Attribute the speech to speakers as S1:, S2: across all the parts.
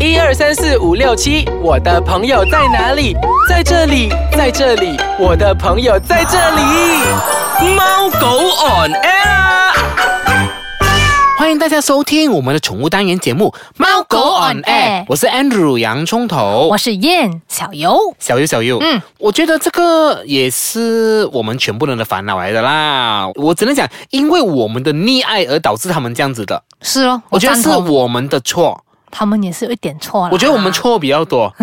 S1: 一二三四五六七，我的朋友在哪里？在这里，在这里，我的朋友在这里。
S2: 猫狗 on air 啊。
S3: 欢迎大家收听我们的宠物单元节目《猫狗 on air》，我是 Andrew 洋葱头
S4: 我。是燕小游。
S3: 小优，小优，
S4: 嗯，
S3: 我觉得这个也是我们全部人的烦恼来的啦。我只能讲，因为我们的溺爱而导致他们这样子的，
S4: 是哦，
S3: 我觉得是
S4: 赞同
S3: 我们的错。
S4: 他们也是有一点错了。
S3: 我觉得我们错比较多，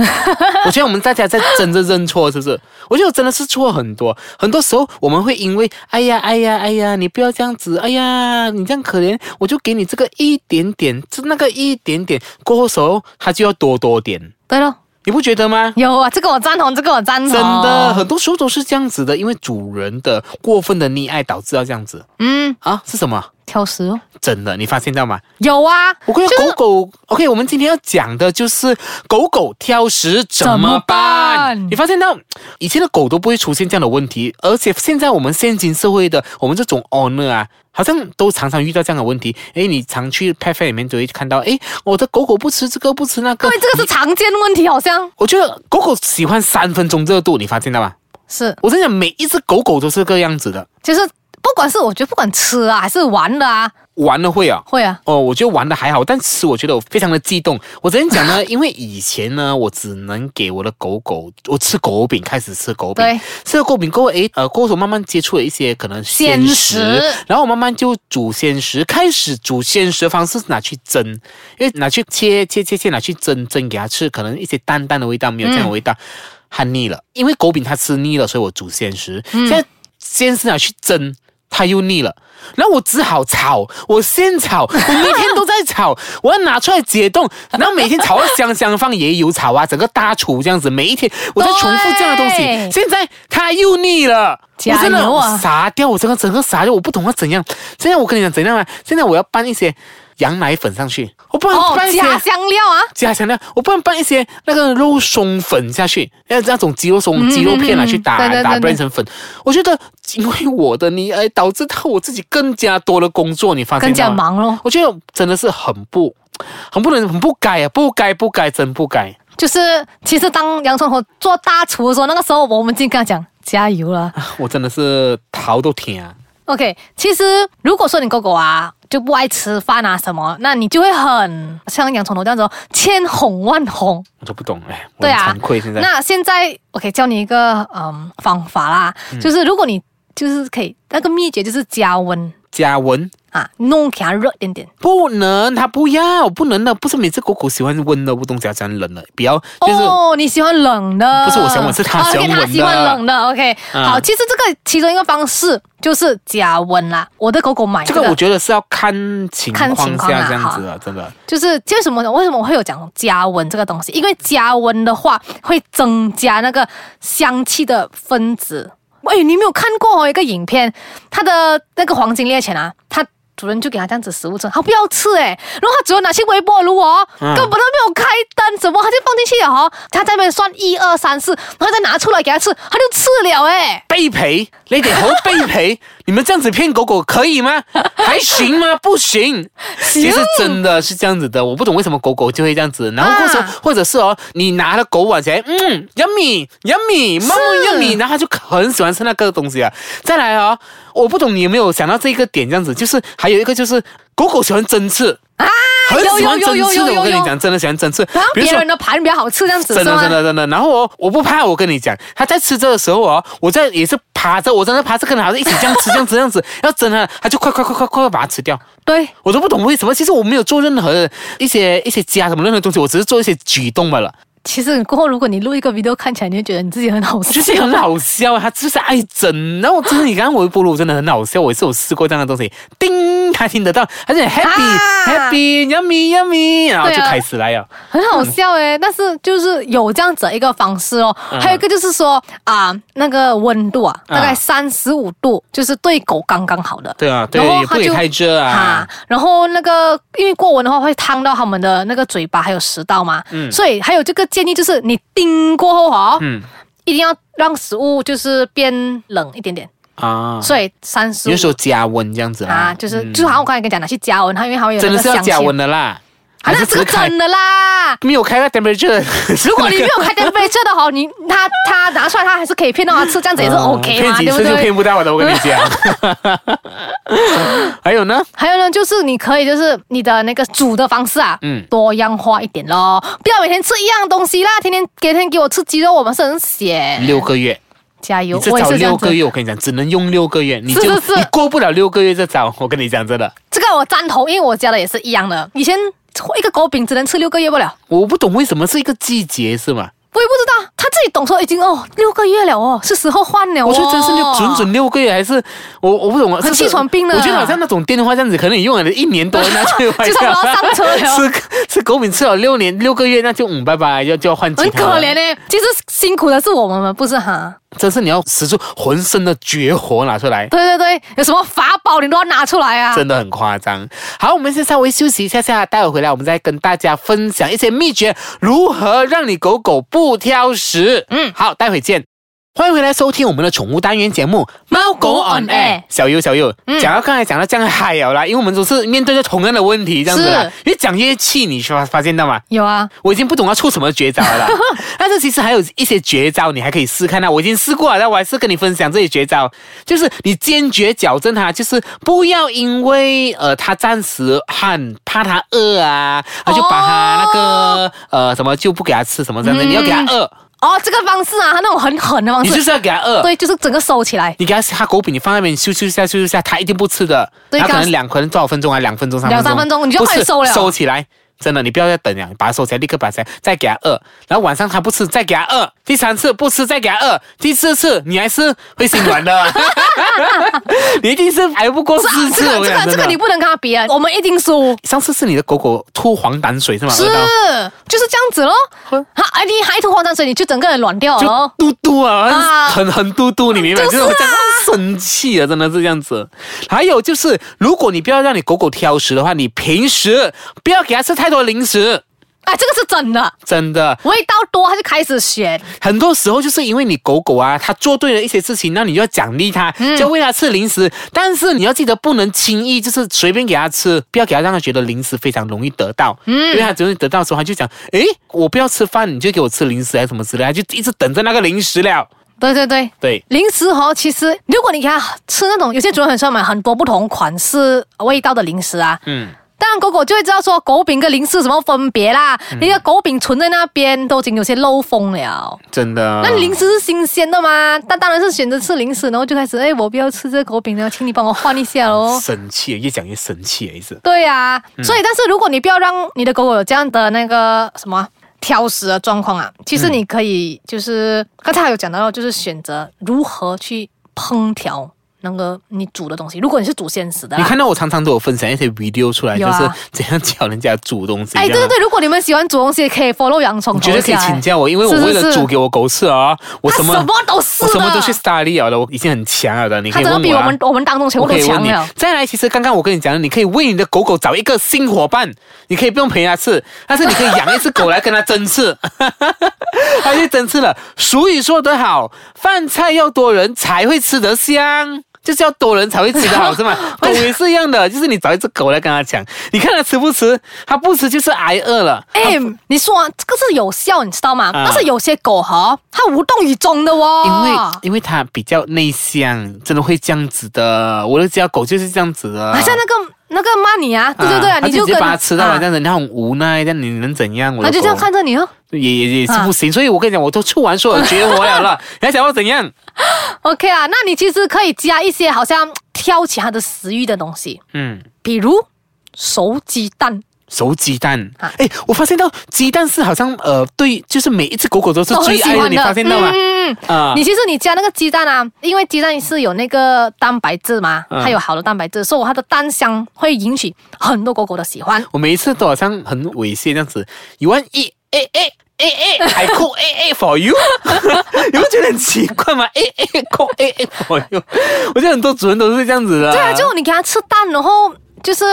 S3: 我觉得我们大家在争着认错，是不是？我觉得我真的是错很多，很多时候我们会因为，哎呀，哎呀，哎呀，你不要这样子，哎呀，你这样可怜，我就给你这个一点点，这那个一点点，过后时候他就要多多点，
S4: 对咯，
S3: 你不觉得吗？
S4: 有啊，这个我赞同，这个我赞同。
S3: 真
S4: 哦
S3: 的，，很多时候都是这样子的，因为主人的过分的溺爱导致到这样子
S4: 嗯，
S3: 啊，是什么？
S4: 挑食哦，
S3: 真的，你发现到吗？
S4: 有啊，
S3: 我跟你讲，狗狗，OK，我们今天要讲的就是狗狗挑食怎
S4: 怎
S3: 么
S4: 么
S3: 办？
S4: 办
S3: 你发现到以前的狗都不会出现这样的问题，而且现在我们现今社会的我们这种 owner 啊，好像都常常遇到这样的问题。诶，你常去 pet fair 里面都会看到，诶，我的狗狗不吃这个，不吃那个
S4: 对，。这个是常见问题，哦好像
S3: 我觉得狗狗喜欢三分钟热度，你发现到吗？
S4: 是，
S3: 我真的每一只狗狗都是这个样子的，
S4: 就是不管是我觉得不管吃啊还是玩的啊，
S3: 玩了会啊。
S4: 会啊，
S3: 哦，我觉得玩的还好，但吃我觉得我非常的激动。我昨天讲呢，因为以前呢，我只能给我的狗狗，我吃狗饼，开始吃狗饼
S4: 对，
S3: 吃了狗饼过后，诶，呃，过后我慢慢接触了一些可能鲜
S4: 鲜
S3: 食，
S4: 食
S3: 然后我慢慢就煮鲜食，开始煮鲜食的方式是拿去蒸，因为拿去切切切切拿去蒸蒸给它吃，可能一些淡淡的味道没有这样的味道，它腻了，因为狗饼它吃腻了，所以我煮鲜食，
S4: 嗯
S3: 现在鲜食拿去蒸。它又腻了，然后我只好炒，我先炒，我每天都在炒，我要拿出来解冻，然后每天炒到香香，放椰油炒啊，整个大厨这样子，每一天我在重复这样的东西
S4: 对，
S3: 现在它又腻了，
S4: 加
S3: 我真的
S4: 油啊
S3: 傻掉，我整个整个傻掉，我不懂要怎样。现在我跟你讲怎样啊？现在我要拌一些羊奶粉上去，我不嗯然
S4: 哦
S3: 拌一些、
S4: 加香料啊，
S3: 加强料，我不然拌一些那个肉松粉下去，那那种鸡肉松、
S4: 嗯
S3: 鸡肉片啊去打、
S4: 对对对
S3: 打
S4: 对
S3: blend 成粉。我觉得因为我的你哎，导致到我自己更加多的工作，你发现
S4: 更加
S3: 到吗。
S4: 忙咯，
S3: 我觉得真的是很不。很不能，很不该啊！不该，不该，真不该！
S4: 就是其实当洋葱头做大厨的时候，那个时候我们已经跟他讲加油了。
S3: 我真的是头都疼啊！
S4: OK，其实如果说你狗狗啊就不爱吃饭啊什么，那你就会很像洋葱头这样子哦，千哄万哄。
S3: 我都不懂哎，我
S4: 对
S3: 很
S4: 啊
S3: 惭愧现在。
S4: 那现在 OK，教你一个嗯方法啦，
S3: 嗯
S4: 就是如果你就是可以那个秘诀就是加温
S3: 嘉文，
S4: 啊，弄给它热一点点。
S3: 不能，它不要，不能的，不是每只狗狗喜欢温的，不动喜欢冷的，比较就是、
S4: 哦，你喜欢冷的？
S3: 不是我喜欢我是它喜欢
S4: 哦，OK，
S3: 冷的
S4: 它喜欢冷的。OK，、
S3: 嗯
S4: 好，其实这个其中一个方式就是加温啦。我的狗狗买
S3: 这
S4: 这
S3: 个
S4: 个，
S3: 我觉得是要看情
S4: 看
S3: 况
S4: 情况
S3: 下
S4: 啦
S3: 这样
S4: 哈
S3: 子的，真的。
S4: 就是为什么呢？为什么我会有讲加温这个东西？因为加温的话会增加那个香气的分子。哎，你没有看过哦，一个影片，它的那个黄金猎犬啊，它主人就给它这样子食物吃，它不要吃哎，然后它主人拿去微波炉哦，
S3: 嗯
S4: 根本都没有开灯，什么它就放进去了哦，它在那边算一二三四，然后再拿出来给它吃，它就吃了哎。
S3: 背陪，你哋好背 陪，你们这样子骗狗狗可以吗？还行吗？不行。其实真的是这样子的，我不懂为什么狗狗就会这样子。然后或者、
S4: 啊
S3: 或者是哦，你拿了狗碗起来，嗯，yummy yummy，猫 yummy，然后它就很喜欢吃那个东西啊。再来哦，我不懂你有没有想到这个点，这样子就是还有一个就是狗狗喜欢针刺啊，很喜欢针
S4: 有有有
S3: 刺的。
S4: 有有啊
S3: 我跟你
S4: 有
S3: 讲，真的喜欢针刺
S4: 然后，
S3: 比如
S4: 别
S3: 说
S4: 人的盘比较好吃，这样子
S3: 真
S4: 是
S3: 的
S4: 吗
S3: 真的真的。然后哦，我不怕，我跟你讲，他在吃这个时候哦，我在也是趴着，我真的趴着跟他一起这样吃，这样吃，这样子， 要真的，他就快快快快快快把它吃掉。
S4: 对，
S3: 我都不懂为什么，其实我没有做任何的一些一些加什么任何东西，我只是做一些举动罢了。
S4: 其实过后如果你录一个 video 看起来，你会觉得你自己很好
S3: 我
S4: 笑，
S3: 觉得很好笑，他就是爱整。然后真的，你刚刚微波炉真的很好笑，我也是有试过这样的东西，叮，他听得到，而且 happy、
S4: 啊
S3: happy yummy yummy，然后就
S4: 对啊
S3: 开始来了。
S4: 很好笑诶，但是就是有这样子一个方式哦。还有一个就是说啊、那个温度啊，
S3: 嗯啊
S4: 大概三十五度，就是对狗刚刚好的。
S3: 对啊，对，
S4: 然后
S3: 也不
S4: 它
S3: 可以
S4: 就
S3: 太热啊
S4: 啊。，然后那个因为过温的话会烫到它们的那个嘴巴还有食道嘛，
S3: 嗯
S4: 所以还有这个建议就是你叮过后哦，
S3: 嗯
S4: 一定要让食物就是变冷一点点，
S3: 啊，
S4: 所以三十
S3: 有
S4: 五
S3: 时候加温这样子
S4: 啊，
S3: 啊，
S4: 就是、就好像我刚才跟你讲拿去加温，它因为它会有
S3: 真
S4: 那
S3: 的
S4: 个
S3: 是
S4: 香
S3: 要
S4: 气
S3: 加温的啦。
S4: 啊
S3: 还
S4: 那
S3: 是只
S4: 这
S3: 是
S4: 个
S3: 开
S4: 真的啦。
S3: 没有开到 temperature？
S4: 如果你没有开 temperature 的话，你他他拿出来，他还是可以骗到他吃，这样子也是 OK
S3: 啊骗
S4: 嘛，
S3: 几
S4: 对不
S3: 次就
S4: 对
S3: 骗？不到的，我跟你 讲。还有呢？
S4: 还有呢，就是你可以就是你的那个煮的方式啊，
S3: 嗯
S4: 多样化一点咯，不要每天吃一样东西啦，天天天天给我吃鸡肉，我们是很血，
S3: 六个月，
S4: 加油
S3: 你，这
S4: 我也
S3: 招
S4: 是这
S3: 六
S4: 样
S3: 个
S4: 子，
S3: 月，我跟你讲，只能用六个月，你就是
S4: 是是
S3: 你过不了六个月这招，我跟你讲真的，
S4: 这个我赞同，因为我家的也是一样的，以前一个狗饼只能吃六个月不了。
S3: 我不懂为什么是一个季节是吗？
S4: 我也不知道，他自己懂说已经哦六个月了哦，是时候换了、哦。
S3: 我觉得真是六准准六个月，还是我我不懂啊，
S4: 很
S3: 是不是
S4: 气喘病了
S3: 我觉得好像那种电话这样子，可能你用了一年多，那 就
S4: 就差不多上哦车 了
S3: 吃吃狗米吃了六年六个月，那就嗯拜拜，要就要换
S4: 很
S3: 其他了
S4: 可怜呢、其实辛苦的是我们嘛，不是哈？
S3: 真是你要使出浑身的绝活拿出来。
S4: 对对对，有什么法宝你都要拿出来啊！
S3: 真的很夸张。好，我们先稍微休息一下下，待会回来我们再跟大家分享一些秘诀，如何让你狗狗不挑食。嗯，好，待会见。欢迎回来收听我们的宠物单元节目《猫狗 on air》。小嗯优，小优，讲到刚才讲到这样嗨了啦，因为我们都是面对着同样的问题，这样子啦
S4: 是，
S3: 越讲越气，你发发现到吗？
S4: 有啊，
S3: 我已经不懂要出什么绝招了啦。但是其实还有一些绝招，你还可以试看啊。我已经试过了，但我还是跟你分享这些绝招，就是你坚决矫正它，就是不要因为呃它暂时很怕它饿啊，然后就把它那个、呃什么就不给它吃什么这样的，你要给它饿，
S4: 哦，这个方式啊，他那种很狠的方
S3: 你就
S4: 式，
S3: 是要给它饿。
S4: 对，就是整个收起来，
S3: 你给它它狗饼，你放在那边咻咻一下咻咻一下，它一定不吃的。
S4: 对
S3: 它可
S4: 刚
S3: 能两可能多少分钟啊？两分钟、三分钟。
S4: 两三分钟你就
S3: 不
S4: 快
S3: 是
S4: 收了
S3: 收起来，真的，你不要再等了，把它收起来，立刻把它收起来再给它饿。然后晚上它不吃，再给它饿。第三次不吃，再给它饿。第四次你还是会心软 的。你一定是挨不过四
S4: 这
S3: 次。
S4: 个
S3: 我
S4: 啊这
S3: 跟讲真
S4: 个这
S3: 的
S4: 个你不能跟他比啊，我们一定输。
S3: 上次是你的狗狗吐黄胆水是吗？
S4: 是
S3: 饿到，
S4: 就是这样子咯。啊，你还吐黄糖水，你就整个人软掉了
S3: 就
S4: 咯。
S3: 嘟嘟啊，
S4: 哦啊
S3: 很很嘟嘟，你明白？
S4: 就
S3: 就是是
S4: 啊
S3: 我讲生气啊，真的是这样子。还有就是，如果你不要让你狗狗挑食的话，你平时不要给它吃太多零食。
S4: 哎，这个是真的，
S3: 真的，
S4: 味道多他就开始选，
S3: 很多时候就是因为你狗狗啊，它做对了一些事情，那你就要奖励它，
S4: 嗯
S3: 就要喂它吃零食。但是你要记得，不能轻易就是随便给它吃，不要给它让它觉得零食非常容易得到。
S4: 嗯
S3: 因为它只容易得到的时候，它就讲，诶，我不要吃饭，你就给我吃零食还是什么之类的，它就一直等着那个零食了。
S4: 对对对。
S3: 对，
S4: 零食哦，其实如果你给他吃那种，有些主人很喜欢买很多不同款式味道的零食啊。
S3: 嗯。
S4: 当然，狗狗就会知道说狗饼跟零食有什么分别啦。你的狗饼存在那边都已经有些漏风了，
S3: 真的。
S4: 那零食是新鲜的嘛？但当然是选择吃零食，然后就开始，哎，我不要吃这个狗饼了，请你帮我换一下哦。
S3: 生气，越讲越生气了，意思。
S4: 对呀、
S3: 嗯
S4: 所以但是如果你不要让你的狗狗有这样的那个什么啊挑食的状况啊，其实你可以就是、刚才还有讲到，就是选择如何去烹调那个你煮的东西。如果你是煮鲜食的
S3: 你
S4: 啦，
S3: 看到我常常都有分享一些 video 出来，
S4: 啊有
S3: 就
S4: 啊
S3: 是怎样教人家煮东西。
S4: 哎，对
S3: 这
S4: 对
S3: 样
S4: 对，如果你们喜欢煮东西，可以 follow 洋葱
S3: 啊你
S4: 头
S3: 绝对可以
S4: 下来
S3: 请教我，因为我
S4: 是是
S3: 为了
S4: 是
S3: 煮给我狗吃啊，我
S4: 他
S3: 什
S4: 什
S3: 么
S4: 么都是
S3: 我
S4: 的，
S3: 什么都去 study 了的，我已经很强了的。你可
S4: 他
S3: 以
S4: 真
S3: 问
S4: 的比我
S3: 啊
S4: 们我们当中全
S3: 我
S4: 部
S3: 可
S4: 都
S3: 以问
S4: 强
S3: 你
S4: 了。。
S3: 再来，其实刚刚我跟你讲，你可以为你的狗狗找一个新伙伴，你可以不用陪它吃，但是你可以养一只狗来跟它争吃， 它就争吃了。俗语说得好，饭菜要多人才会吃得香。就是要多人才会吃得好，是 吗？狗也是一样的，就是你找一只狗来跟它讲，你看它吃不吃，它不吃就是挨饿了。
S4: 哎，你说啊这个是有效，你知道吗？
S3: 啊
S4: 但是有些狗哈，它无动于衷的哦。
S3: 因为因为它比较内向，真的会这样子的。我的家狗就是这样子啊的，
S4: 好像那个那个骂你啊，对对对啊，
S3: 啊、
S4: 你就
S3: 他直
S4: 跟
S3: 接把它吃到了
S4: 啊
S3: 这样子，他很无奈，但你能怎样？我
S4: 他
S3: 的
S4: 就这样
S3: 狗
S4: 看着你哦。
S3: 也也也是不行。所以我跟你讲，我都出完所有绝活了 了，你还想要怎样？
S4: OK 啊，那你其实可以加一些好像挑起他的食欲的东西，
S3: 嗯，
S4: 比如熟鸡蛋。
S3: 熟鸡蛋
S4: 啊。
S3: 哎，我发现到鸡蛋是好像呃，对，就是每一只狗狗都是
S4: 都很
S3: 最
S4: 喜
S3: 爱
S4: 欢
S3: 的，
S4: 的
S3: 你发现到吗？
S4: 嗯，
S3: 啊
S4: 你其实你加那个鸡蛋啊，因为鸡蛋是有那个蛋白质嘛，
S3: 嗯
S4: 它有好的蛋白质，所以它的蛋香会引起很多狗狗的喜欢。
S3: 我每一次都好像很猥亵这样子，You want eat？哎哎哎哎，I cook 哎哎 for you，你不觉得很奇怪吗？哎哎 cook 哎哎 for you，我觉得很多主人都是
S4: 啊
S3: 这样子的。
S4: 对啊，就你给它吃蛋，然后就是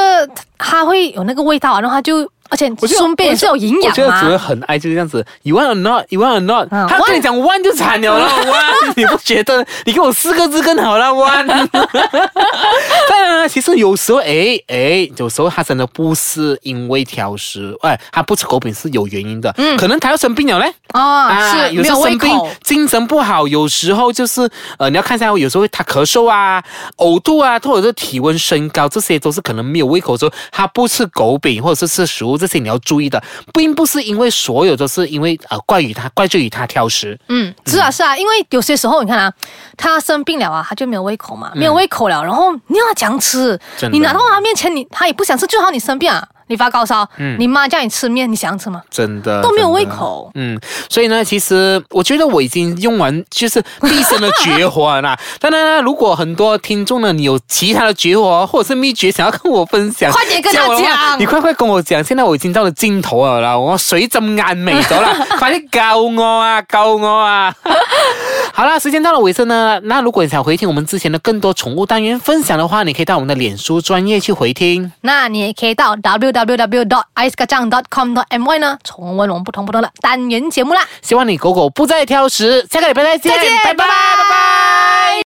S4: 它会有那个味道啊，然后它就而且
S3: 我觉得
S4: 顺便也是有营
S3: 我
S4: 养
S3: 觉得主
S4: 啊
S3: 人。很爱就是这样子，You want or not? You want or not?
S4: 嗯
S3: 他跟你讲 one 就惨了 了 one，你不觉得？你给我四个字更好了 one。当然了，其实有时候，哎哎，有时候他真的不是因为挑食，哎，他不吃狗饼是有原因的，
S4: 嗯
S3: 可能他要生病了嘞。
S4: 啊，是
S3: 有
S4: 没
S3: 时
S4: 有
S3: 候
S4: 胃
S3: 生病
S4: 口，
S3: 精神不好，有时候就是呃，你要看一下，有时候他咳嗽啊、呕吐啊，或者是体温升高，这些都是可能没有胃口的时候，他不吃狗饼或者是吃食物，这些你要注意的，并不是因为所有都是因为呃怪于他怪罪于他挑食。
S4: 嗯，是啊是啊，因为有些时候你看啊，他生病了啊，他就没有胃口嘛，没有胃口了，然后你让他强吃
S3: 嗯真，的
S4: 你拿到他面前，你他也不想吃，就好像你生病啊，你发高烧，你妈叫你吃面，你想吃吗？
S3: 真的
S4: 都没
S3: 嗯啊真
S4: 有
S3: 的
S4: 胃口
S3: 嗯，所以呢，其实我觉得我已经用完就是毕生的绝活啦。 当然啦，如果很多听众呢，你有其他的绝活或者是秘诀想要跟我分享，
S4: 快点跟他
S3: 我的话
S4: 讲
S3: 你快快跟我讲。现在我已经到了尽头了啦，我水浸眼眉咗 啦，快啲救我啊，救我啊！ 好啦，时间到了尾声呢。那如果你想回听我们之前的更多宠物单元分享的话，你可以到我们的脸书专业去回听。
S4: 那你也可以到 www dot i c e k a j a n g dot com dot my 呢，重温我们不同不同的单元节目啦。
S3: 希望你狗狗不再挑食。下个礼拜再见，
S4: 再见
S3: 拜拜
S4: 拜拜
S3: 拜拜